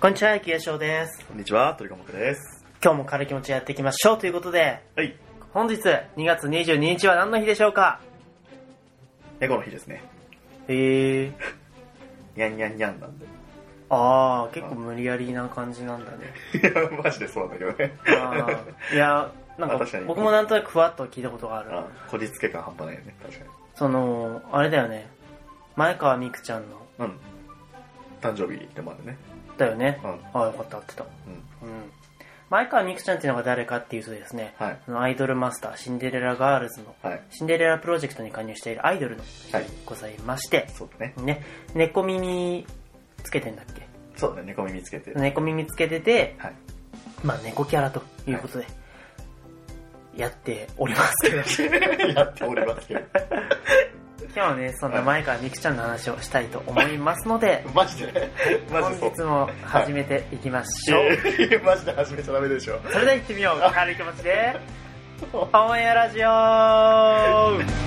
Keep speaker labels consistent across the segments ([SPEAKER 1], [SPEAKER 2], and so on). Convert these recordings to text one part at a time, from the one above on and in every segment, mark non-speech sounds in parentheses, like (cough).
[SPEAKER 1] こんにちは、ゆきしょうです。
[SPEAKER 2] こんにちは、鳥かもくです。
[SPEAKER 1] 今日も軽い気持ちでやっていきましょうということで、
[SPEAKER 2] はい。
[SPEAKER 1] 本日2月22日は何の日でしょうか
[SPEAKER 2] 猫の日ですね。
[SPEAKER 1] へえ
[SPEAKER 2] にゃんにゃんにゃんなんで。
[SPEAKER 1] ー、あー、結構無理やりな感じなんだ
[SPEAKER 2] (laughs)
[SPEAKER 1] ね。
[SPEAKER 2] いや、 (laughs) マジでそうなんだけどね。
[SPEAKER 1] あーいや、なん
[SPEAKER 2] あ
[SPEAKER 1] か
[SPEAKER 2] 確かに
[SPEAKER 1] 僕もなんとなくふわっと聞いたことがある。
[SPEAKER 2] (laughs) あこじつけ感半端ないよね、確か
[SPEAKER 1] その、あれだよね。前川美空ちゃんの、
[SPEAKER 2] に。うん。誕生日でもあるね。
[SPEAKER 1] だよね
[SPEAKER 2] う。ん。う
[SPEAKER 1] あー、よかった、合ってた。
[SPEAKER 2] ん。
[SPEAKER 1] うん。前川美空ちゃんっていうのが誰かっていうとですね、
[SPEAKER 2] はい。
[SPEAKER 1] あのアイドルマスター、シンデレラガールズの、
[SPEAKER 2] はい。
[SPEAKER 1] シンデレラプロジェクトに加入しているアイドルの
[SPEAKER 2] はい。
[SPEAKER 1] ございまして、
[SPEAKER 2] そうだね。
[SPEAKER 1] ね、猫耳つけてんだっけ
[SPEAKER 2] そうだね、猫耳つけて。はい。
[SPEAKER 1] 猫耳つけてて、まあ猫キャラということで、やっておりますけど、
[SPEAKER 2] (laughs) やっておりますけど。
[SPEAKER 1] (laughs) 今日はね、そんな
[SPEAKER 2] はい
[SPEAKER 1] 前からみくちゃんの話をしたいと思いますので、
[SPEAKER 2] マジでマ
[SPEAKER 1] 本
[SPEAKER 2] ジで
[SPEAKER 1] 日
[SPEAKER 2] そう。
[SPEAKER 1] も始めていきましょう。
[SPEAKER 2] え (laughs) ーマジで始めちゃダメでしょ。
[SPEAKER 1] それでは行ってみ (laughs) よう。軽い気持ちで、オンエアラジオ
[SPEAKER 2] (laughs)
[SPEAKER 1] (laughs)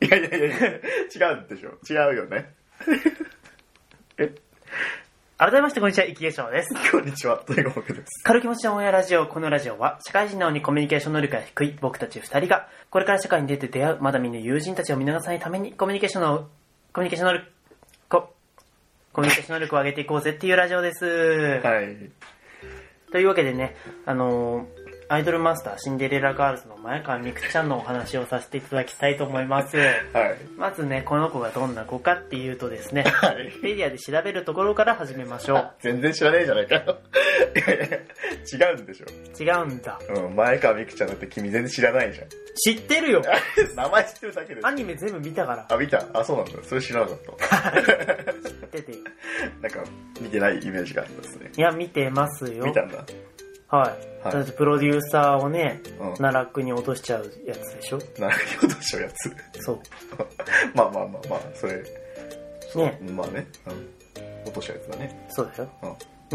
[SPEAKER 2] いやいやいやい (laughs) や、違うんでしょ。違うよね。
[SPEAKER 1] 改めまして、こんにちは、いきえしょうです。
[SPEAKER 2] こんにちは、鳥かもくです。
[SPEAKER 1] 軽い気持ちでオンエアラジオ。このラジオは、社会人なのにコミュニケーション能力が低い僕たち二人が、これから社会に出て出会う、まだ見ぬ友人たちを見逃さないために、コミュニケーションの、コミュニケーション能力、こ、コミュニケーション能力を上げていこうぜっていうラジオです。
[SPEAKER 2] はい。
[SPEAKER 1] というわけでね、あのーアイドルマスター、シンデレラガールズの前川みくちゃんのお話をさせていただきたいと思います。
[SPEAKER 2] はい。
[SPEAKER 1] まずね、この子がどんな子かっていうとですね、
[SPEAKER 2] はい
[SPEAKER 1] ウィキペディアで調べるところから始めましょう。
[SPEAKER 2] 全然知らねえじゃないかよ。いやいや、違うんでしょ。
[SPEAKER 1] 違うんだ。
[SPEAKER 2] うん、前川美空ちゃんだって君全然知らないじゃん。
[SPEAKER 1] 知ってるよ
[SPEAKER 2] 名前知ってるだけで。
[SPEAKER 1] アニメ全部見たから。
[SPEAKER 2] あ、見たあ、そうなんだ。それ知らなかった。
[SPEAKER 1] 出て
[SPEAKER 2] なんか、見てないイメージがありますね。
[SPEAKER 1] いや、見てますよ。
[SPEAKER 2] 見たんだ。
[SPEAKER 1] はい。
[SPEAKER 2] はい
[SPEAKER 1] だってプロデューサーをね、
[SPEAKER 2] うん。な、
[SPEAKER 1] 奈落に落としちゃうやつでしょ
[SPEAKER 2] なるほどしょうやつ。
[SPEAKER 1] そ
[SPEAKER 2] (laughs) まあまあまあまあ、それ、
[SPEAKER 1] う。ね、
[SPEAKER 2] まあね。うん。落としちゃうやつだね。
[SPEAKER 1] そうだよ。
[SPEAKER 2] う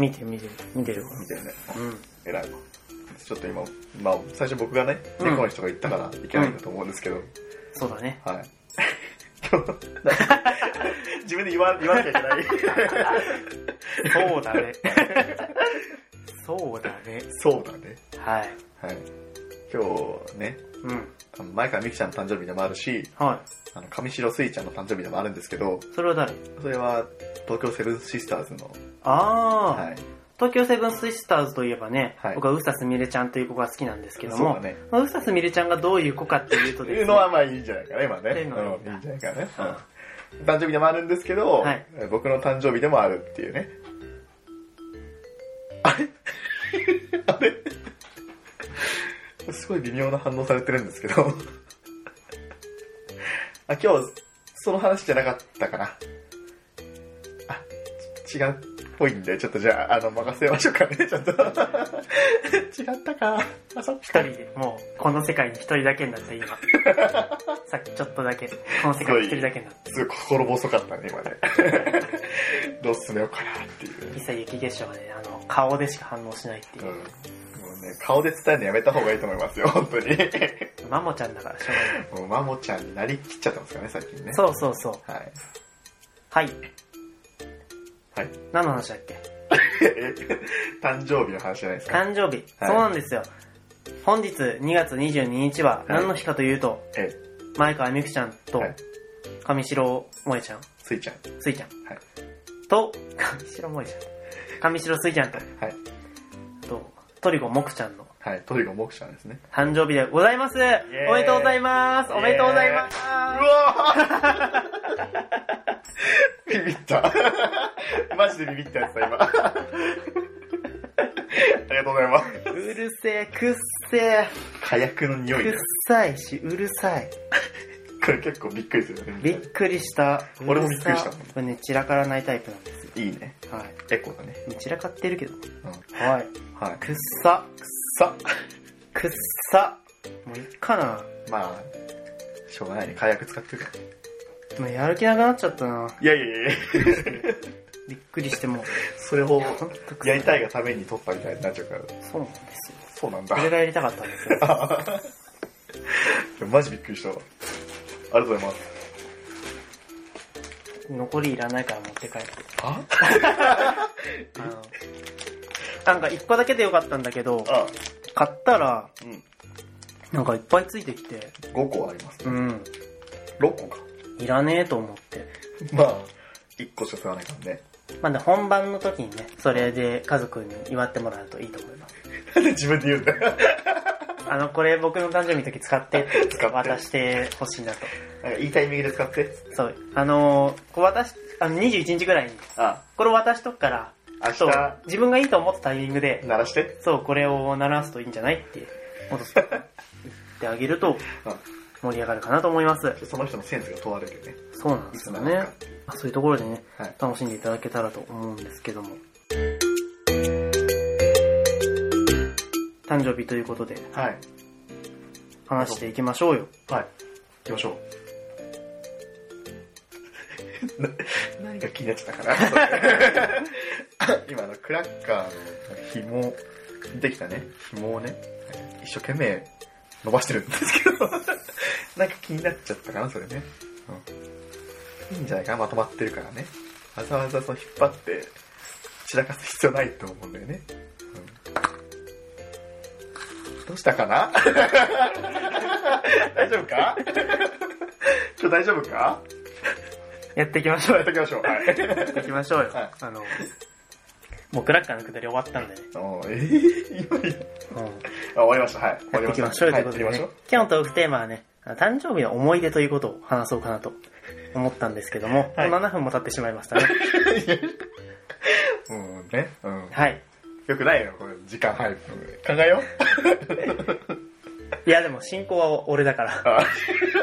[SPEAKER 2] ん。
[SPEAKER 1] 見てる見てる。見てるわ。
[SPEAKER 2] 見てるね。
[SPEAKER 1] うん。
[SPEAKER 2] えらい。ちょっと今、まあ、最初僕がね、
[SPEAKER 1] うん
[SPEAKER 2] 猫の人が言ったからいけないんだと思うんですけど、
[SPEAKER 1] そうだね。
[SPEAKER 2] はい。 (laughs) 今日、自分で言わ言わなきゃいけない。
[SPEAKER 1] そうだ (laughs) ね。そうだね。
[SPEAKER 2] そうだね。
[SPEAKER 1] はい。
[SPEAKER 2] はい。今日ね、
[SPEAKER 1] うん。
[SPEAKER 2] あの前川美樹ちゃんの誕生日でもあるし、
[SPEAKER 1] は
[SPEAKER 2] あの上白水ちゃんの誕生日でもあるんですけど、
[SPEAKER 1] い。それは誰
[SPEAKER 2] それは東京セブンシスターズの、
[SPEAKER 1] あー、
[SPEAKER 2] はい。
[SPEAKER 1] 東京セブンスイスターズといえばね、
[SPEAKER 2] はい
[SPEAKER 1] 僕はウサスミレちゃんという子が好きなんですけど
[SPEAKER 2] そう
[SPEAKER 1] も、
[SPEAKER 2] だね。
[SPEAKER 1] まあウサスミレちゃんがどういう子かっていうと
[SPEAKER 2] って
[SPEAKER 1] です
[SPEAKER 2] いう
[SPEAKER 1] ね
[SPEAKER 2] の、はまあいいんじゃないかね、今ね。
[SPEAKER 1] っていうのはいいん
[SPEAKER 2] う
[SPEAKER 1] だ
[SPEAKER 2] んいいんじゃないかね。うん誕生日でもあるんですけど、
[SPEAKER 1] はい
[SPEAKER 2] 僕の誕生日でもあるっていうね。あれあれ (laughs) すごい微妙な反応されてるんですけど。あ、今日、その話じゃなかったかな。あ、ち違うっぽいんで、ちょっとじゃあ、あの、任せましょうかね、ちょっと。 (laughs) 違ったか。あ、そっ
[SPEAKER 1] 一人で、もう、この世界に一人だけになった
[SPEAKER 2] (laughs)
[SPEAKER 1] 今。さっきちょっとだけ、この世界に一人だけになった。
[SPEAKER 2] すごい心細かったね、今ね。 (laughs) どう進めようかなっていう
[SPEAKER 1] 一
[SPEAKER 2] ね。
[SPEAKER 1] 切雪化粧はね、あの、顔でしか反応しないって
[SPEAKER 2] うん。
[SPEAKER 1] い
[SPEAKER 2] も
[SPEAKER 1] う。
[SPEAKER 2] うね、顔で伝えるのやめた方がいいと思いますよ、本当に。 (laughs)
[SPEAKER 1] マモちゃんだからしょうがない。
[SPEAKER 2] もう、マモちゃんになりきっちゃったんですかね、最近ね。
[SPEAKER 1] そうそうそう。
[SPEAKER 2] はい。 (laughs)
[SPEAKER 1] はい。
[SPEAKER 2] はい。
[SPEAKER 1] 何の話だっけ
[SPEAKER 2] え誕生日の話じゃないですか。
[SPEAKER 1] 誕生日。
[SPEAKER 2] はい
[SPEAKER 1] そうなんですよ。本日2月22日は何の日かというと、
[SPEAKER 2] え
[SPEAKER 1] 前川みくちゃんと
[SPEAKER 2] はい、
[SPEAKER 1] 上白萌えちゃん、
[SPEAKER 2] スイちゃん。
[SPEAKER 1] スイちゃん
[SPEAKER 2] はい。
[SPEAKER 1] と、上白萌えちゃん。上白スイちゃんと、
[SPEAKER 2] はい。
[SPEAKER 1] と、トリゴもくちゃんの
[SPEAKER 2] はい。トリゴモクちゃんですね。
[SPEAKER 1] 誕生日でございます
[SPEAKER 2] エーイ
[SPEAKER 1] おめでとうございますおめでとうございます
[SPEAKER 2] うわー (laughs) ビビった。 (laughs) マジでビビったやつだ、今。 (laughs) ありがとうございます。
[SPEAKER 1] うるせえ、くっせえ、
[SPEAKER 2] 火薬の匂い
[SPEAKER 1] くっ
[SPEAKER 2] ね。
[SPEAKER 1] さいし、うるさい。
[SPEAKER 2] これ結構びっくりするよね。
[SPEAKER 1] びっくりした。
[SPEAKER 2] 俺もびっくりした
[SPEAKER 1] うるさこれね、散らからないタイプなんですよ。
[SPEAKER 2] いいね。
[SPEAKER 1] は
[SPEAKER 2] エコだね。
[SPEAKER 1] い。散らかってるけど。
[SPEAKER 2] うん。
[SPEAKER 1] はい。
[SPEAKER 2] はい。
[SPEAKER 1] くっさ。
[SPEAKER 2] さ
[SPEAKER 1] くっさ。もういっかな。
[SPEAKER 2] まあ、しょうがないね。火薬使ってるから。
[SPEAKER 1] もうやる気なくなっちゃったな。
[SPEAKER 2] いやいやいや
[SPEAKER 1] びっくりしてもう。
[SPEAKER 2] (laughs) それを
[SPEAKER 1] ほんとくっさ
[SPEAKER 2] やりたいがために取ったみたいになっちゃうから。
[SPEAKER 1] そうなんですよ。
[SPEAKER 2] そうなんだ
[SPEAKER 1] こ。れがやりたかったんですよ。
[SPEAKER 2] (laughs) マジびっくりしたわありがとうございます
[SPEAKER 1] 残りいらないから持って帰って。
[SPEAKER 2] あ
[SPEAKER 1] あのなんか一個だけでよかったんだけど、
[SPEAKER 2] あ
[SPEAKER 1] 買ったら、
[SPEAKER 2] うん
[SPEAKER 1] なんかいっぱいついてきて、
[SPEAKER 2] 5個あります
[SPEAKER 1] うん、
[SPEAKER 2] 6個か
[SPEAKER 1] いらねえと思って。
[SPEAKER 2] まあ1個しか使わないからね (laughs)
[SPEAKER 1] まあね、本番の時にね、それで家族に祝ってもらうといいと思います。
[SPEAKER 2] なんで自分で言うんだよ
[SPEAKER 1] あの、これ僕の誕生日の時使ってって
[SPEAKER 2] (laughs) 使って
[SPEAKER 1] 渡してほしいなと。
[SPEAKER 2] なんかいいタイミングで使って
[SPEAKER 1] そう、あのーこう渡し、あの21日ぐらいに、
[SPEAKER 2] あ
[SPEAKER 1] これ渡しとくから、
[SPEAKER 2] 明
[SPEAKER 1] そう
[SPEAKER 2] 日、
[SPEAKER 1] 自分がいいと思ったタイミングで、
[SPEAKER 2] 鳴らして
[SPEAKER 1] そう、これを鳴らすといいんじゃないって、戻すと。言ってあげると
[SPEAKER 2] あ
[SPEAKER 1] 盛り上がるかなと思います。
[SPEAKER 2] その人のセンスが問われるよね
[SPEAKER 1] そうなんですよね。まあそういうところでね、
[SPEAKER 2] はい
[SPEAKER 1] 楽しんでいただけたらと思うんですけども。誕生日ということで
[SPEAKER 2] はい
[SPEAKER 1] 話していきましょうよ。
[SPEAKER 2] はい行きましょうな (laughs) 何が気になっちゃったか (laughs) な今あのクラッカーの紐できたね紐をね一生懸命伸ばしてるんですけど (laughs) なんか気になっちゃったかなそれね、うん、いいんじゃないかなまとまってるからねわざわざその引っ張って散らかす必要ないと思うんだよね、うん、どうしたかな大丈夫か今日大丈夫か
[SPEAKER 1] やっていきましょう
[SPEAKER 2] やっ
[SPEAKER 1] よ。
[SPEAKER 2] ていきましょう。 (laughs) はい。
[SPEAKER 1] やっていきましょうよ。
[SPEAKER 2] はい
[SPEAKER 1] あの、もうクラッカーのくだり終わったんでね。
[SPEAKER 2] おーえー、今言っ
[SPEAKER 1] うん
[SPEAKER 2] たあ、終わりました。はい。終わ
[SPEAKER 1] や
[SPEAKER 2] り
[SPEAKER 1] ってい
[SPEAKER 2] まし
[SPEAKER 1] きまし
[SPEAKER 2] た。
[SPEAKER 1] ょうよ
[SPEAKER 2] は
[SPEAKER 1] とい
[SPEAKER 2] いう
[SPEAKER 1] ことでね、
[SPEAKER 2] やっていきましょう。
[SPEAKER 1] 今日のトークテーマはね、あの誕生日の思い出ということを話そうかなと思ったんですけども、
[SPEAKER 2] はい
[SPEAKER 1] もう7分も経ってしまいましたね。
[SPEAKER 2] うん、ね。うん。
[SPEAKER 1] はい。
[SPEAKER 2] よくないよ、これ、時間配分。考えよう。
[SPEAKER 1] いやでも進行は俺だから。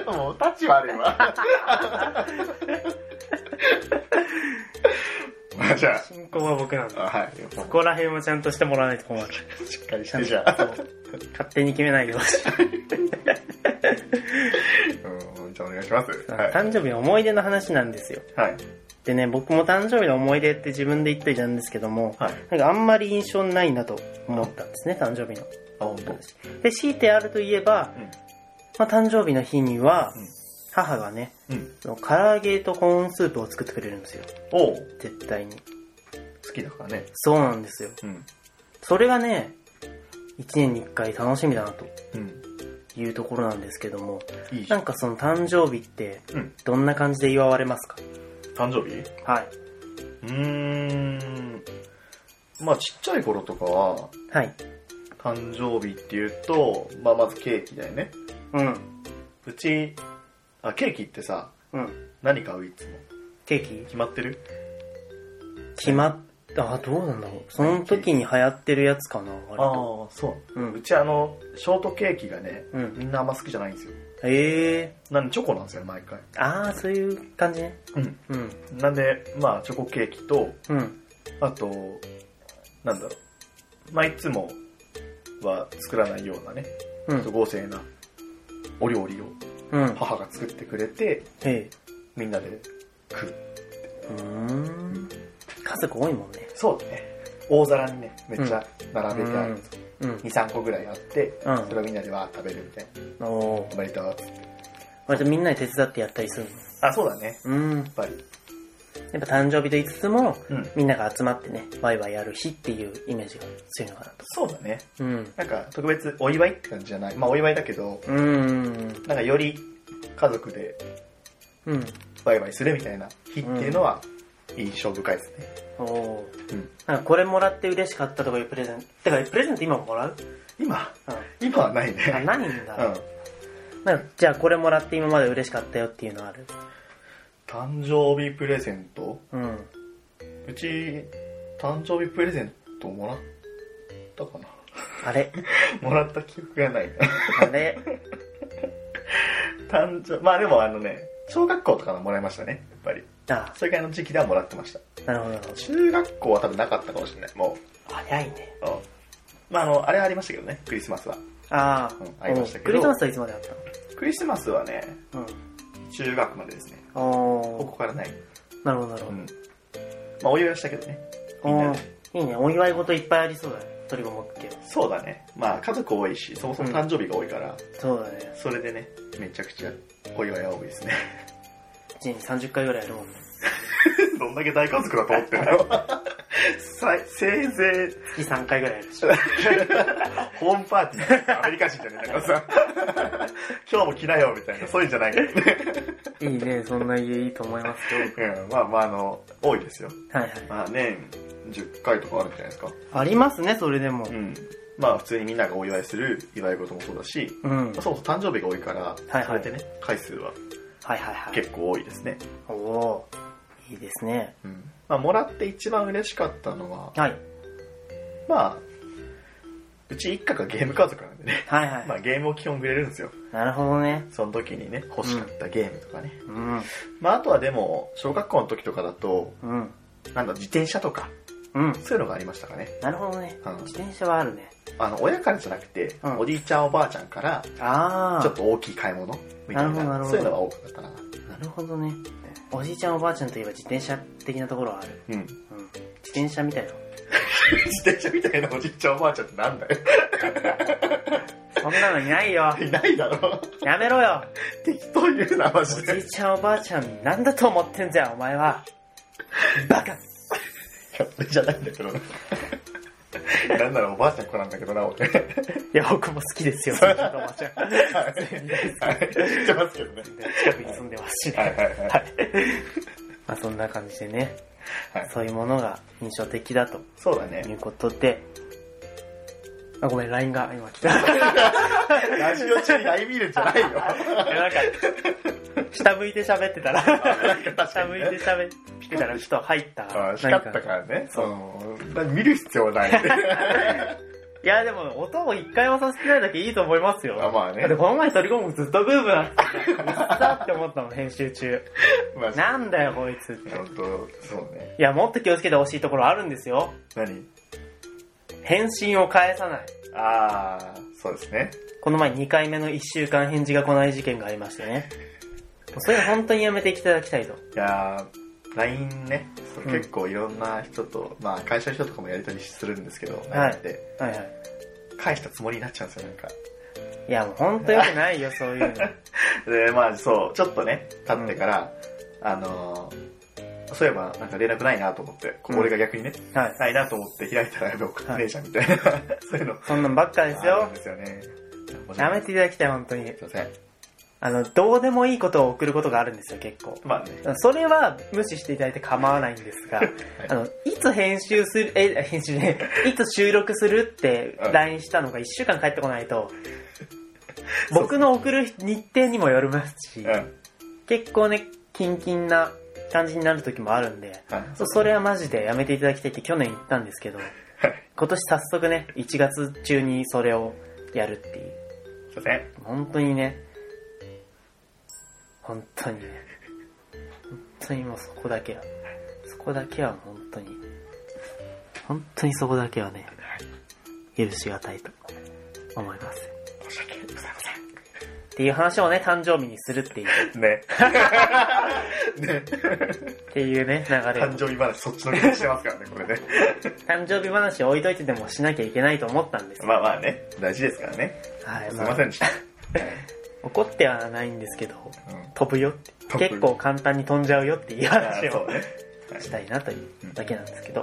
[SPEAKER 2] あもう、立ち悪いわ。 (laughs) まあ、じゃ
[SPEAKER 1] 進行は僕なん
[SPEAKER 2] あ、
[SPEAKER 1] だ。
[SPEAKER 2] あはい。
[SPEAKER 1] そこら辺もちゃんとしてもらわないと困る。
[SPEAKER 2] しっかりし
[SPEAKER 1] ちゃ
[SPEAKER 2] て
[SPEAKER 1] ん
[SPEAKER 2] じゃ
[SPEAKER 1] と
[SPEAKER 2] あ。
[SPEAKER 1] 勝手に決めないでほしい。
[SPEAKER 2] うん、じゃあお願いします。 (laughs) はい。
[SPEAKER 1] 誕生日の思い出の話なんですよ。
[SPEAKER 2] はい。
[SPEAKER 1] でね、僕も誕生日の思い出って自分で言っといたんですけども、
[SPEAKER 2] はい。
[SPEAKER 1] なんかあんまり印象ないなと思ったんですね、誕生日の
[SPEAKER 2] あ、本当
[SPEAKER 1] 話。で、強いてあるといえば、
[SPEAKER 2] うん
[SPEAKER 1] まあ、誕生日の日には
[SPEAKER 2] うん、
[SPEAKER 1] 母がね、
[SPEAKER 2] うん。
[SPEAKER 1] その唐揚げとコーンスープを作ってくれるんですよ。
[SPEAKER 2] おう
[SPEAKER 1] 絶対に。
[SPEAKER 2] 好きだからね。
[SPEAKER 1] そうなんですよ。
[SPEAKER 2] うん。
[SPEAKER 1] それがね、一年に一回楽しみだなと
[SPEAKER 2] うん。
[SPEAKER 1] いうところなんですけども、
[SPEAKER 2] いいじゃ。
[SPEAKER 1] なんんかその誕生日って
[SPEAKER 2] うん。
[SPEAKER 1] どんな感じで祝われますか
[SPEAKER 2] 誕生日
[SPEAKER 1] はい。
[SPEAKER 2] うーん。まあちっちゃい頃とかは、
[SPEAKER 1] はい。
[SPEAKER 2] 誕生日っていうと、まあまずケーキだよね。
[SPEAKER 1] うん。
[SPEAKER 2] うち、あ、ケーキってさ、
[SPEAKER 1] うん。
[SPEAKER 2] 何買ういつも。
[SPEAKER 1] ケーキ
[SPEAKER 2] 決まってる
[SPEAKER 1] 決まった、あ、どうなんだろう。その時に流行ってるやつかな、割と。。
[SPEAKER 2] あ、そうう。うんちあの、ショートケーキがね、
[SPEAKER 1] うん。
[SPEAKER 2] みんなあんま好きじゃないんですよ。
[SPEAKER 1] ええ
[SPEAKER 2] なんでチョコなんですよね、毎回。
[SPEAKER 1] ー。ああ、そういう感じね。
[SPEAKER 2] うん。
[SPEAKER 1] うん。
[SPEAKER 2] なんで、まあチョコケーキと、
[SPEAKER 1] うん。
[SPEAKER 2] あと、なんだろう。まあいつもは作らないようなね、
[SPEAKER 1] う
[SPEAKER 2] ちょっと
[SPEAKER 1] ん。
[SPEAKER 2] 豪勢なお料理を
[SPEAKER 1] うん。
[SPEAKER 2] 母が作ってくれて、
[SPEAKER 1] え
[SPEAKER 2] みんなで食う。
[SPEAKER 1] えうーん。家族多いもんね。
[SPEAKER 2] そうだね。大皿にね、めっちゃ並べてある。
[SPEAKER 1] うん。
[SPEAKER 2] 2、3個ぐらいあって、
[SPEAKER 1] う
[SPEAKER 2] それをみんなでわー食べるみたいな。
[SPEAKER 1] ん。おー
[SPEAKER 2] おめでとう。
[SPEAKER 1] 割とみんなで手伝ってやったりする
[SPEAKER 2] あ、そうだね。やっ
[SPEAKER 1] の。うん。
[SPEAKER 2] ぱり。
[SPEAKER 1] やっぱ誕生日と言いつつも、
[SPEAKER 2] うん。
[SPEAKER 1] みんなが集まってね、ワイワイやる日っていうイメージが強いのかなと。
[SPEAKER 2] そうだね。
[SPEAKER 1] うん。
[SPEAKER 2] なんか特別お祝いって感じじゃない。まあお祝いだけど、
[SPEAKER 1] うん。
[SPEAKER 2] なんかより家族で
[SPEAKER 1] うん。
[SPEAKER 2] ワイワイするみたいな日っていうのは印象深いですね。
[SPEAKER 1] おお。
[SPEAKER 2] うん。
[SPEAKER 1] なんかこれもらって嬉しかったとかいうプレゼント。てか、プレゼント今もらう
[SPEAKER 2] 今、
[SPEAKER 1] うん。
[SPEAKER 2] 今はない
[SPEAKER 1] あ、
[SPEAKER 2] ね。
[SPEAKER 1] ないん
[SPEAKER 2] う
[SPEAKER 1] だ。
[SPEAKER 2] ん。
[SPEAKER 1] なんかじゃあこれもらって今まで嬉しかったよっていうのある。
[SPEAKER 2] 誕生日プレゼント
[SPEAKER 1] うん。
[SPEAKER 2] うち、誕生日プレゼントもらったかな
[SPEAKER 1] あれ
[SPEAKER 2] (laughs) もらった記憶がないな。
[SPEAKER 1] あれ
[SPEAKER 2] 誕生、まあでもあのね、小学校とかのもらいましたね、やっぱり。
[SPEAKER 1] あ、
[SPEAKER 2] それからいの時期ではもらってました。
[SPEAKER 1] なるほどなるほど。
[SPEAKER 2] 中学校は多分なかったかもしれない、も
[SPEAKER 1] 早いね。
[SPEAKER 2] う。うんまああの、あれはありましたけどね、クリスマスは。
[SPEAKER 1] あ
[SPEAKER 2] うん
[SPEAKER 1] あ、
[SPEAKER 2] ありましたけど
[SPEAKER 1] クリスマスはいつまであっ
[SPEAKER 2] クリスマスはね、
[SPEAKER 1] たの
[SPEAKER 2] 中学までですね。
[SPEAKER 1] うん。
[SPEAKER 2] こ
[SPEAKER 1] お
[SPEAKER 2] こからない。
[SPEAKER 1] ーなるほどなる
[SPEAKER 2] う
[SPEAKER 1] ほ
[SPEAKER 2] ん。まあお祝いはしたけどね。
[SPEAKER 1] ど。おーいいね。お祝い事いっぱいありそうだね。鳥がもっけ
[SPEAKER 2] そうだね。まあ、家族多いし、そもそも誕生日が多いから、
[SPEAKER 1] そうだね
[SPEAKER 2] それでね、めちゃくちゃお祝いは多いですね。
[SPEAKER 1] 1日30回ぐらいやるもんね
[SPEAKER 2] (laughs) どんだけ大家族だと思ってんだよ。 (laughs) させいぜ
[SPEAKER 1] 月3回ぐらいやるし
[SPEAKER 2] (laughs) い、ホームパーティー、アメリカ人じゃねえんだ (laughs) からさ、今日も来なよみたいな、そういうんじゃないからね。
[SPEAKER 1] いいねそんな家いいと思いますよ
[SPEAKER 2] うん、まあまあ、あの、多いですよ。
[SPEAKER 1] はいはい
[SPEAKER 2] まあ、年10回とかあるんじゃないですか。
[SPEAKER 1] ありますねそれでも
[SPEAKER 2] うん。まあ、普通にみんながお祝いする祝い事もそうだし、
[SPEAKER 1] うん
[SPEAKER 2] そもそも誕生日が多いから、
[SPEAKER 1] はい
[SPEAKER 2] それでね、回数は
[SPEAKER 1] はいはいはい
[SPEAKER 2] 結構多いですね。
[SPEAKER 1] おおーいいですね
[SPEAKER 2] うん。まあ、もらって一番嬉しかったのは、
[SPEAKER 1] はい
[SPEAKER 2] まあ、うち一家がゲーム家族なんでね、
[SPEAKER 1] はいはい、
[SPEAKER 2] まあ、ゲームを基本くれるんですよ。
[SPEAKER 1] なるほどね
[SPEAKER 2] その時にね、欲しかったゲームとかね。
[SPEAKER 1] うん
[SPEAKER 2] まあ、あとはでも、小学校の時とかだと、
[SPEAKER 1] うん
[SPEAKER 2] なんだ、自転車とか、
[SPEAKER 1] うん
[SPEAKER 2] そういうのがありましたかね。
[SPEAKER 1] なるほどね
[SPEAKER 2] うん
[SPEAKER 1] 自転車はあるね
[SPEAKER 2] あの、親からじゃなくて、
[SPEAKER 1] うん
[SPEAKER 2] おじいちゃんおばあちゃんから、
[SPEAKER 1] ああ
[SPEAKER 2] ちょっと大きい買い物みた
[SPEAKER 1] な
[SPEAKER 2] い
[SPEAKER 1] るほどなる
[SPEAKER 2] な、
[SPEAKER 1] ほど
[SPEAKER 2] そういうのが多かったな。
[SPEAKER 1] なるほどねおじいちゃんおばあちゃんといえば自転車的なところはある、
[SPEAKER 2] うん。
[SPEAKER 1] うん、自転車みたいな
[SPEAKER 2] 自転車みたいなおじいちゃんおばあちゃんってなんだよ。 (laughs)
[SPEAKER 1] そんなのいないよ
[SPEAKER 2] いないだろ。
[SPEAKER 1] やめろよ
[SPEAKER 2] (laughs) 適当言うな、マ
[SPEAKER 1] お
[SPEAKER 2] ジ
[SPEAKER 1] じ
[SPEAKER 2] で。
[SPEAKER 1] いちゃんおばあちゃんなんだと思ってんじゃんお前はバカ
[SPEAKER 2] 勝手じゃないんだけどな。なんならおばあちゃん子なんだけどな、 (laughs) 俺。
[SPEAKER 1] いや僕も好きですよおじいちゃんおばあちゃん
[SPEAKER 2] はい。言ってますけどね。
[SPEAKER 1] 近くに住んでますしね、
[SPEAKER 2] はいはいはい。
[SPEAKER 1] まあ、そんな感じでね、
[SPEAKER 2] はい
[SPEAKER 1] そういうものが印象的だと
[SPEAKER 2] そうだ
[SPEAKER 1] い
[SPEAKER 2] ね。
[SPEAKER 1] うことであごめん LINE が今来たや
[SPEAKER 2] (laughs) ラジオ中に LINE 見るんじゃないよ。
[SPEAKER 1] なんか下向いて喋ってたら
[SPEAKER 2] 確
[SPEAKER 1] 下
[SPEAKER 2] か
[SPEAKER 1] 向
[SPEAKER 2] に
[SPEAKER 1] い
[SPEAKER 2] ね
[SPEAKER 1] て喋ってたら人入った
[SPEAKER 2] ああ、光ったからね。そう。だから見る必要
[SPEAKER 1] (laughs)
[SPEAKER 2] ない。
[SPEAKER 1] いや、でも、音を一回もさせてないだけいいと思いますよ。
[SPEAKER 2] あまあね
[SPEAKER 1] だってこの前取り込むずっとブーブーなってた。うっさって思ったの、編集
[SPEAKER 2] (laughs)
[SPEAKER 1] 中。
[SPEAKER 2] まあ、ち
[SPEAKER 1] なんだよ、こいつって。
[SPEAKER 2] ょっと、そうね。
[SPEAKER 1] いや、もっと気をつけてほしいところあるんですよ。
[SPEAKER 2] 何
[SPEAKER 1] 返信を返さない。
[SPEAKER 2] ああ、そうですね。
[SPEAKER 1] この前2回目の1週間返事が来ない事件がありましてね。もうそれ本当にやめていただきたいと。
[SPEAKER 2] いやー、LINE ね、その
[SPEAKER 1] うん
[SPEAKER 2] 結構いろんな人と、まあ会社の人とかもやりとりするんですけど、
[SPEAKER 1] はい
[SPEAKER 2] LINE って
[SPEAKER 1] はいはい。
[SPEAKER 2] 返したつもりになっちゃうんですよ、なんか。
[SPEAKER 1] いや、もう本当良くないよ、そういうの。
[SPEAKER 2] で、まあそう、ちょっとね、経ってから、あのー、そういえばなんか連絡ないなと思って、こ
[SPEAKER 1] うん
[SPEAKER 2] 俺が逆にね、
[SPEAKER 1] はい。
[SPEAKER 2] ないなと思って開いたらやべ、送ってねえじゃんみたいな、 (laughs) そういうの。
[SPEAKER 1] そんなんばっかです
[SPEAKER 2] ある
[SPEAKER 1] よ
[SPEAKER 2] ん。ですよね。
[SPEAKER 1] やめていただきたい、本当に
[SPEAKER 2] す。いません。
[SPEAKER 1] あの、どうでもいいことを送ることがあるんですよ、結構。
[SPEAKER 2] まあね。
[SPEAKER 1] それは無視していただいて構わないんですが、あの、いつ編集する、え、編集ね、いつ収録するって
[SPEAKER 2] うん
[SPEAKER 1] LINE したのが1週間帰ってこないと、僕の送る日程にもよりますし
[SPEAKER 2] うん。、は
[SPEAKER 1] 結構ね、キンキンな感じになる時もあるんで、
[SPEAKER 2] い
[SPEAKER 1] そそれはマジでやめていただきたいって去年言ったんですけど、今年早速ね、1月中にそれをやるっていう。
[SPEAKER 2] すいません。
[SPEAKER 1] 本当にね本当にね本当にもうそこだけはそこだけは本当に本当にそこだけはね許しがたいと思います
[SPEAKER 2] 申し訳ございません。
[SPEAKER 1] っていう話をね誕生日にするっていう
[SPEAKER 2] (laughs) ね。ね。
[SPEAKER 1] っていうね流れを
[SPEAKER 2] 誕生日話そっちのけにしてますからね、これね。
[SPEAKER 1] 誕生日話を置いといてでもしなきゃいけないと思ったんです
[SPEAKER 2] (laughs) まあまあね、大事ですからね。
[SPEAKER 1] はい
[SPEAKER 2] すい
[SPEAKER 1] まあ
[SPEAKER 2] ませんでした。
[SPEAKER 1] 怒ってはないんですけど
[SPEAKER 2] (laughs) うん
[SPEAKER 1] 飛ぶよって
[SPEAKER 2] 飛ぶ
[SPEAKER 1] 結構簡単に飛んじゃうよっていう
[SPEAKER 2] あ
[SPEAKER 1] 話
[SPEAKER 2] ーそ
[SPEAKER 1] を
[SPEAKER 2] うね。
[SPEAKER 1] したいなというだけなんですけど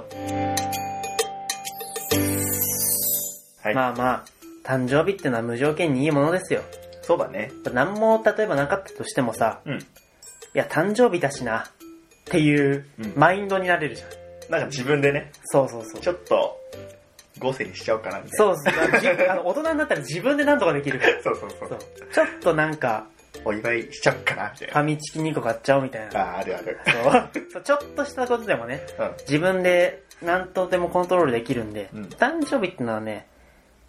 [SPEAKER 2] はい。
[SPEAKER 1] まあまあ、誕生日ってのは無条件にいいものですよ。
[SPEAKER 2] そうだね。
[SPEAKER 1] 何も例えばなかったとしてもさ、
[SPEAKER 2] うん。
[SPEAKER 1] いや、誕生日だしな、っていう
[SPEAKER 2] うん
[SPEAKER 1] マインドになれるじゃん。
[SPEAKER 2] なんか自分でね、
[SPEAKER 1] そうそうそう。
[SPEAKER 2] ちょっと、合成にしちゃおうかなみたいな。
[SPEAKER 1] そうそう。じ (laughs) あの大人になったら自分で何とかできるから。
[SPEAKER 2] そうそうそう
[SPEAKER 1] そうちょっとなんか、
[SPEAKER 2] お祝いしちゃおうかな、みたい
[SPEAKER 1] ファミチキ2個買っちゃおうみたい
[SPEAKER 2] な。
[SPEAKER 1] な。
[SPEAKER 2] ああー、あるある。
[SPEAKER 1] そうそうちょっとしたことでもね、自分で何とでもコントロールできるんで、
[SPEAKER 2] うん
[SPEAKER 1] 誕生日ってのはね、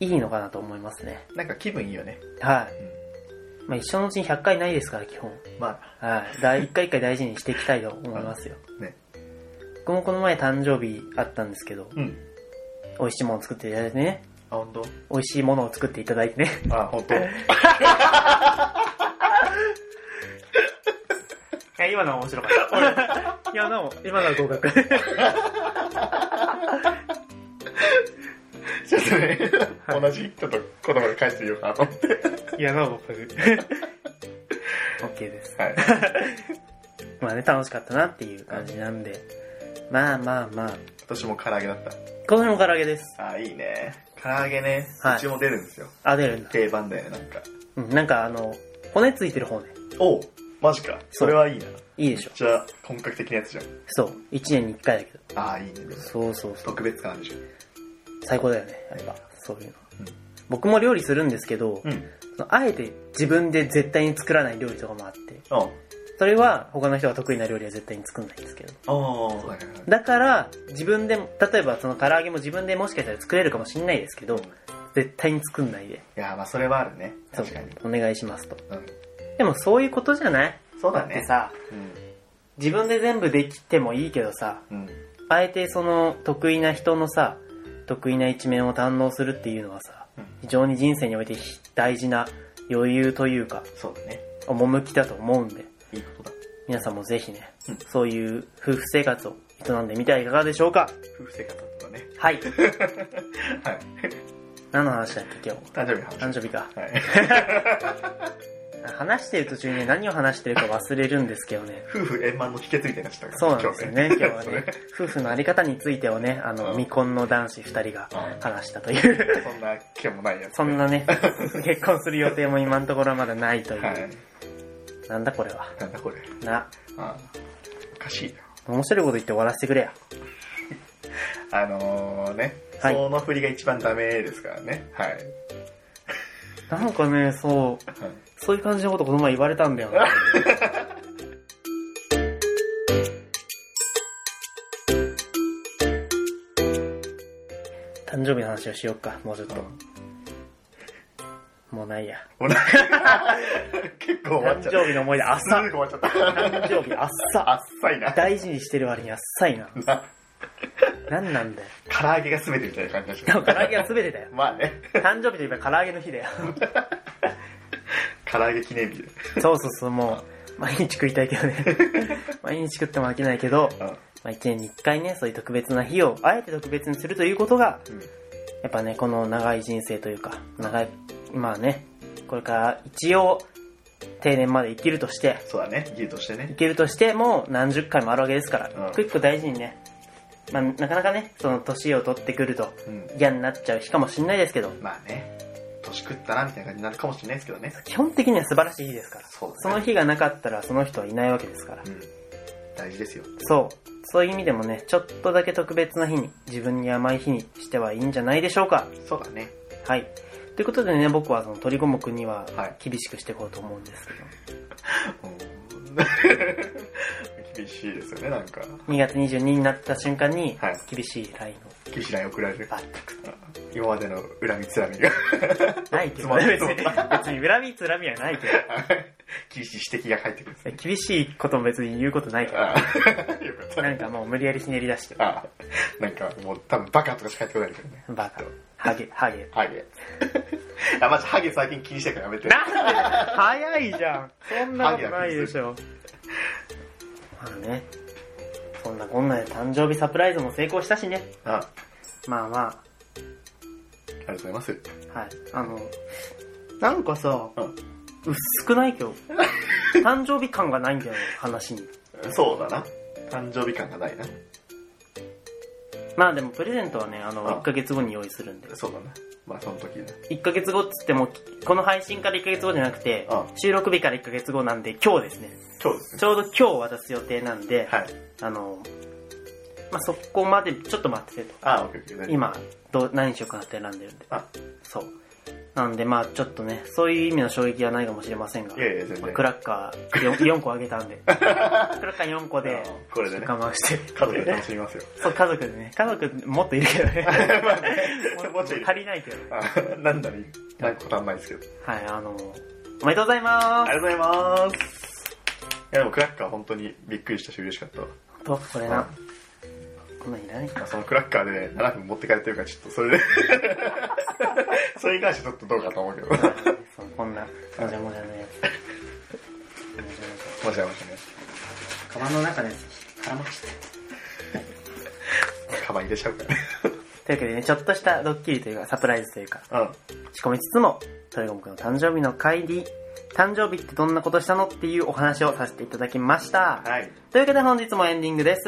[SPEAKER 1] いいのかなと思いますね。
[SPEAKER 2] うん。なんか気分いいよね。
[SPEAKER 1] は
[SPEAKER 2] う
[SPEAKER 1] い。
[SPEAKER 2] ん。
[SPEAKER 1] まあ一生のうちに100回ないですから、基本。
[SPEAKER 2] まあ、
[SPEAKER 1] はい。だ一回一回大事にしていきたいと思いますよ。
[SPEAKER 2] ね。
[SPEAKER 1] 僕もこの前誕生日あったんですけど、
[SPEAKER 2] うん。
[SPEAKER 1] 美味しいものを作っていただいてね、
[SPEAKER 2] あ、本当
[SPEAKER 1] 美味しいものを作っていただいてね、
[SPEAKER 2] あ、本当
[SPEAKER 1] (laughs) いや、今のは面白か (laughs) った。今 (laughs) のは、今のは合格。
[SPEAKER 2] (laughs) ちょっとね、同じちょっと言葉で返してみようかなと思って。
[SPEAKER 1] やばい、僕。OK です。
[SPEAKER 2] はい。
[SPEAKER 1] まあね、楽しかったなっていう感じなんで。まあまあまあ。
[SPEAKER 2] (laughs) 私も唐揚げだっ
[SPEAKER 1] この辺も唐揚げです。
[SPEAKER 2] た。あー、いいね。唐揚げね、
[SPEAKER 1] はいう
[SPEAKER 2] ちも出るんですよ。
[SPEAKER 1] あ、出るんだ。
[SPEAKER 2] 定番だよね、なんか。
[SPEAKER 1] うん、なんかあの、骨ついてる方ね。
[SPEAKER 2] おうマジか。それはいいな。
[SPEAKER 1] いいでしょ。
[SPEAKER 2] じゃあ、本格的なやつじゃん。
[SPEAKER 1] そう。一年に一回だけど。
[SPEAKER 2] ああ、いいね。
[SPEAKER 1] そうそうそう。
[SPEAKER 2] 特別感あるじゃん。
[SPEAKER 1] 最高だよね。やっぱ、そういうの。
[SPEAKER 2] うん
[SPEAKER 1] 僕も料理するんですけど、
[SPEAKER 2] うん。
[SPEAKER 1] そのあえて自分で絶対に作らない料理とかもあって。
[SPEAKER 2] ああ。
[SPEAKER 1] それは他の人が得意な料理は絶対に作んないんですけど。
[SPEAKER 2] ああ、はいはいはい。
[SPEAKER 1] だから、自分でも、例えばその唐揚げも自分でもしかしたら作れるかもしれないですけど、絶対に作んないで。
[SPEAKER 2] いやーまあそれはあるね。
[SPEAKER 1] そう
[SPEAKER 2] 確かに。
[SPEAKER 1] お願いしますと。
[SPEAKER 2] うん。
[SPEAKER 1] でもそういうことじゃない
[SPEAKER 2] そうだ
[SPEAKER 1] って
[SPEAKER 2] ね。
[SPEAKER 1] さ、
[SPEAKER 2] うん。
[SPEAKER 1] 自分で全部できてもいいけどさ、
[SPEAKER 2] うん。
[SPEAKER 1] あえてその得意な人のさ、得意な一面を堪能するっていうのはさ
[SPEAKER 2] うん、
[SPEAKER 1] 非常に人生において大事な余裕というか、
[SPEAKER 2] そうだね。
[SPEAKER 1] 趣だと思うんで、
[SPEAKER 2] いいことだ。
[SPEAKER 1] 皆さんもぜひね、
[SPEAKER 2] うん
[SPEAKER 1] そういう夫婦生活を営んでみてはいかがでしょうか
[SPEAKER 2] 夫婦生活だったね。
[SPEAKER 1] はい。
[SPEAKER 2] はい。
[SPEAKER 1] 何の話だっけ今日。
[SPEAKER 2] 誕生日の話。
[SPEAKER 1] 誕生日か。
[SPEAKER 2] はい。
[SPEAKER 1] (laughs) 話してる途中にね何を話してるか忘れるんですけどね。
[SPEAKER 2] 夫婦円満の秘訣みたいな人が
[SPEAKER 1] そうなんですよね、今日は
[SPEAKER 2] そ
[SPEAKER 1] ね
[SPEAKER 2] れ。
[SPEAKER 1] 夫婦のあり方についてをね、あの、
[SPEAKER 2] うん
[SPEAKER 1] 未婚の男子二人が
[SPEAKER 2] うん
[SPEAKER 1] 話したという。
[SPEAKER 2] (laughs) そんな気もないやつ、ね。
[SPEAKER 1] そんな
[SPEAKER 2] (laughs)
[SPEAKER 1] ね、結婚する予定も今のところはまだないという。
[SPEAKER 2] はい。
[SPEAKER 1] なんだこれは。
[SPEAKER 2] なんだこれ。
[SPEAKER 1] な、
[SPEAKER 2] あーおかしいな。
[SPEAKER 1] 面白いこと言って終わらせてくれや。
[SPEAKER 2] あのー、ね。
[SPEAKER 1] はい
[SPEAKER 2] その振りが一番ダメですからね。はい。
[SPEAKER 1] なんかね、そう、
[SPEAKER 2] はい
[SPEAKER 1] そういう感じのことこの前言われたんだよ
[SPEAKER 2] (laughs)
[SPEAKER 1] な。誕生日の話をしよっか、もうちょっと。もうないや。
[SPEAKER 2] お腹結構終わ
[SPEAKER 1] 誕
[SPEAKER 2] っちゃった。
[SPEAKER 1] 生日の思い出、あっ
[SPEAKER 2] す
[SPEAKER 1] さ
[SPEAKER 2] ぐ終わっちゃった。
[SPEAKER 1] 誕生日、あっ
[SPEAKER 2] あ
[SPEAKER 1] さ
[SPEAKER 2] っさいな。
[SPEAKER 1] 大事にしてる割にあっさいな。
[SPEAKER 2] な
[SPEAKER 1] なんなんだよ。
[SPEAKER 2] 唐揚げが全てみたいな感じがし
[SPEAKER 1] でも
[SPEAKER 2] ま
[SPEAKER 1] 唐揚げは全てだよ。
[SPEAKER 2] まあね。
[SPEAKER 1] 誕生日といえば唐揚げの日だよ。
[SPEAKER 2] 唐揚げ記念日で。
[SPEAKER 1] そうそうそう、もう、毎日食いたいけどね。
[SPEAKER 2] (laughs)
[SPEAKER 1] 毎日食っても飽きないけど、
[SPEAKER 2] うん。
[SPEAKER 1] まあ、1年に1回ね、そういう特別な日を、あえて特別にするということが、やっぱね、この長い人生というか、長い、まあね、これから一応、定年まで生きるとして、
[SPEAKER 2] そうだね。牛として
[SPEAKER 1] 生
[SPEAKER 2] ね。
[SPEAKER 1] きるとしてもう何十回もあるわけですから、
[SPEAKER 2] うん
[SPEAKER 1] 一個一個大事にね、まあ、なかなかね、その年を取ってくると
[SPEAKER 2] うん。
[SPEAKER 1] 嫌になっちゃう日かもしれないですけど、
[SPEAKER 2] まあね。年食ったなみたいな感じになるかもしれないですけどね。
[SPEAKER 1] 基本的には素晴らしい日ですから、
[SPEAKER 2] そう
[SPEAKER 1] その日がなかったらその人はいないわけですから
[SPEAKER 2] う、ん。大事ですよ。
[SPEAKER 1] そう。そういう意味でもね、ちょっとだけ特別な日に、自分に甘い日にしてはいいんじゃないでしょうか。
[SPEAKER 2] そうだね。
[SPEAKER 1] はい。ということでね、僕はその鳥五目には
[SPEAKER 2] はい
[SPEAKER 1] 厳しくしていこうと思うんですけど、
[SPEAKER 2] (laughs) 厳しいですよね、なんか。
[SPEAKER 1] 2月22になった瞬間に
[SPEAKER 2] はい、
[SPEAKER 1] 厳しい (laughs) ラインを
[SPEAKER 2] 厳しいライン送られる
[SPEAKER 1] バ。ッとくっ
[SPEAKER 2] 今までの恨みつらみが。
[SPEAKER 1] て。ないけどね、別
[SPEAKER 2] つま
[SPEAKER 1] に。
[SPEAKER 2] ん
[SPEAKER 1] 別
[SPEAKER 2] な
[SPEAKER 1] に恨みつらみはないけど。
[SPEAKER 2] (laughs) 厳しい指摘が返ってくるんですね。
[SPEAKER 1] 厳しいことも別に言うことないけ
[SPEAKER 2] ああ、 (laughs) よかっ
[SPEAKER 1] ど、
[SPEAKER 2] た。
[SPEAKER 1] なんかもう無理やりひねり出して、
[SPEAKER 2] ああ、なんかもう多分バカとかしか返ってこないけどね。
[SPEAKER 1] バカ。ハゲ、ハゲ。
[SPEAKER 2] ハゲ。 (laughs) あ、マジハゲ最近気にしてるからやめて。
[SPEAKER 1] なんで早いじゃん。そんなことないでしょ。まあね。そんなこんなで誕生日サプライズも成功したしね。
[SPEAKER 2] ああ
[SPEAKER 1] まあま
[SPEAKER 2] りがとうございます。
[SPEAKER 1] あ、はい。あの、なんかさ、
[SPEAKER 2] うん
[SPEAKER 1] 薄くない今
[SPEAKER 2] (laughs)
[SPEAKER 1] 日。誕生日感がないんだよね、話に。
[SPEAKER 2] そうだな。誕生日感がないな。
[SPEAKER 1] まあでもプレゼントはね、あの、
[SPEAKER 2] うん
[SPEAKER 1] 1ヶ月後に用意するんで。
[SPEAKER 2] そうだな。まあその時ね。
[SPEAKER 1] 1ヶ月後っつっても、この配信から1ヶ月後じゃなくて、
[SPEAKER 2] うん
[SPEAKER 1] 収録日から1ヶ月後なんで、今日ですね。
[SPEAKER 2] 今日ですね。
[SPEAKER 1] ちょうど今日渡す予定なんで、
[SPEAKER 2] はい。
[SPEAKER 1] あの、まあ、そこまでちょっと待っててと。
[SPEAKER 2] ああ、オッケーオッケー。大丈夫。
[SPEAKER 1] 今、どう、何しようかなって選んでるんで。
[SPEAKER 2] あ、
[SPEAKER 1] そう。なんで、まあちょっとね、そういう意味の衝撃はないかもしれませんが
[SPEAKER 2] い、やいや、全然。
[SPEAKER 1] クラッカー 4, 4個あげた
[SPEAKER 2] (laughs)
[SPEAKER 1] んで、クラッカー4個で
[SPEAKER 2] あ、これでね。
[SPEAKER 1] 我慢して。
[SPEAKER 2] 家族で楽しみますよ。
[SPEAKER 1] (laughs) そう、家族でね。家族、もっといるけど
[SPEAKER 2] (laughs)
[SPEAKER 1] ね。
[SPEAKER 2] もうちょいいる
[SPEAKER 1] 足りないけど。
[SPEAKER 2] あなんだろう、なんかことあんまりですけど。
[SPEAKER 1] はい、あの、おめでとうございま
[SPEAKER 2] ありがとうございます。いや、でもクラッカー本当にびっくりしたし嬉しかったわ。
[SPEAKER 1] す。と、これな。こんなんいらないか。
[SPEAKER 2] まあ (laughs) そのクラッカーで、ね、7分持って帰ってるから、ちょっとそれで。 (laughs) それに関してちょっとどうかと思うけど。申し
[SPEAKER 1] そうこんな、もじゃもじゃのやつ。もじゃもじゃ
[SPEAKER 2] 訳ないませんね。
[SPEAKER 1] (laughs) カバンの中で絡まっちゃっ
[SPEAKER 2] カバン入れちゃうから。
[SPEAKER 1] というわけでね、ちょっとしたドッキリというか、サプライズというか、
[SPEAKER 2] うん。
[SPEAKER 1] 仕込みつつも、トリゴムくんの誕生日の会に、誕生日ってどんなことしたのっていうお話をさせていただきました。
[SPEAKER 2] はい。
[SPEAKER 1] というわけで本日もエンディングです。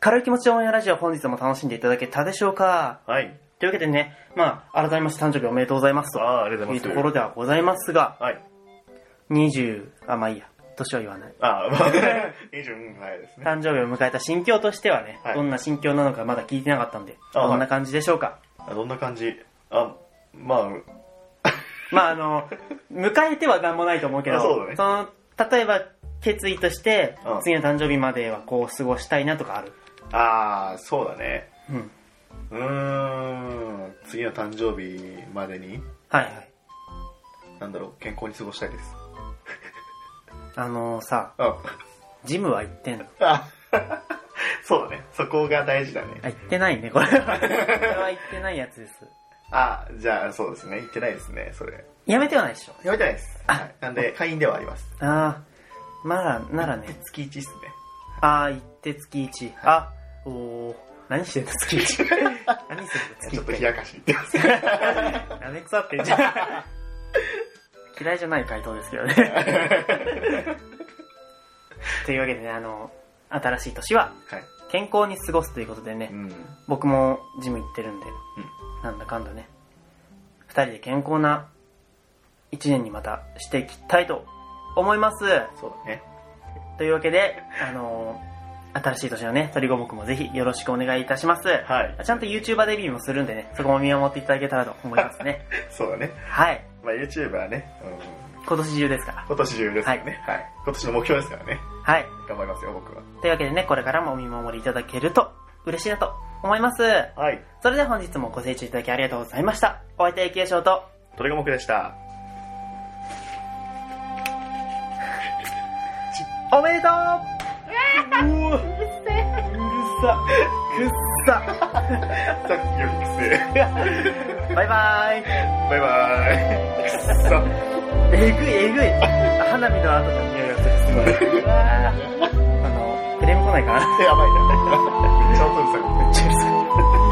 [SPEAKER 1] 軽い気持ちで応援ラジオ本日も楽しんでいただけたでしょうか
[SPEAKER 2] はい。
[SPEAKER 1] というわけでね、まあ、改めまして誕生日おめでとうございます
[SPEAKER 2] あ
[SPEAKER 1] と
[SPEAKER 2] あ、ありがとう
[SPEAKER 1] い
[SPEAKER 2] ご
[SPEAKER 1] うと
[SPEAKER 2] ざいます。
[SPEAKER 1] ころではございますが、
[SPEAKER 2] はい。
[SPEAKER 1] 20、あ、まあいいや、年は言わない。
[SPEAKER 2] ああ、まあ、20分前ですね。
[SPEAKER 1] 誕生日を迎えた心境としてはね、
[SPEAKER 2] はい
[SPEAKER 1] どんな心境なのかまだ聞いてなかったんで、
[SPEAKER 2] あ
[SPEAKER 1] どんな感じでしょうか。
[SPEAKER 2] あどんな感じあ、まあ、うん
[SPEAKER 1] まああの、迎えては何もないと思うけど、
[SPEAKER 2] あそうだね
[SPEAKER 1] の、例えば決意として
[SPEAKER 2] うん、
[SPEAKER 1] 次の誕生日まではこう過ごしたいなとかある。
[SPEAKER 2] ああ、そうだね。
[SPEAKER 1] うん。
[SPEAKER 2] うーん。次の誕生日までに、
[SPEAKER 1] はいはい。
[SPEAKER 2] なんだろう、健康に過ごしたいです。
[SPEAKER 1] あのさ、
[SPEAKER 2] うん。
[SPEAKER 1] ジムは行ってんの
[SPEAKER 2] あ、 (laughs) そうだね。そこが大事だね。
[SPEAKER 1] あ、行ってないね、これは。これは行ってないやつです。
[SPEAKER 2] あ、じゃあそうですね。行ってないですね、それ。
[SPEAKER 1] やめてはないでしょ。
[SPEAKER 2] やめてないです。はい。なんで、会員ではあります。
[SPEAKER 1] ああ、まだ、ならね、
[SPEAKER 2] 月1っすね。
[SPEAKER 1] ああ、行って月1。あ、おお (laughs) 何してんの月1。何するの月
[SPEAKER 2] ちょっと冷
[SPEAKER 1] 1。
[SPEAKER 2] やかし言ってます。
[SPEAKER 1] やめくさってんじゃ (laughs) ん。嫌いじゃない回答ですけどね。 (laughs) というわけでね、あの、新しい年は
[SPEAKER 2] はい。
[SPEAKER 1] 健康に過ごすということでね
[SPEAKER 2] う、ん。
[SPEAKER 1] 僕もジム行ってるんで、
[SPEAKER 2] ん
[SPEAKER 1] なんだかんだね、二人で健康な一年にまたしていきたいと思います。
[SPEAKER 2] そうだね。
[SPEAKER 1] というわけで、あの、新しい年のね、鳥五目もぜひよろしくお願いいたします。
[SPEAKER 2] はい。
[SPEAKER 1] ちゃんと YouTuber デビューもするんでね、そこも見守っていただけたらと思います
[SPEAKER 2] (laughs)
[SPEAKER 1] ね。
[SPEAKER 2] そうだね。
[SPEAKER 1] はい。
[SPEAKER 2] まあ YouTube はね、うん、
[SPEAKER 1] 今年中ですから。
[SPEAKER 2] 今年中ですからね、はい。今年の目標ですからね。
[SPEAKER 1] はい。
[SPEAKER 2] 頑張りますよ、僕は。
[SPEAKER 1] というわけでね、これからもお見守りいただけると嬉しいなと思います。
[SPEAKER 2] はい。
[SPEAKER 1] それでは本日もご清聴いただきありがとうございました。お相手はゆきえしょうと、
[SPEAKER 2] トリガモクでした。
[SPEAKER 1] おめでとううわうるせえうるさくっさ
[SPEAKER 2] さっきよりくせえ。
[SPEAKER 1] バイバーイ
[SPEAKER 2] バイバーイ。くっ (laughs) そ。
[SPEAKER 1] えぐいえ (laughs) ぐい花火の後の匂いがするすごいうわーあのクレーム来ないかな
[SPEAKER 2] やばいな。めっちゃ音うるさくて。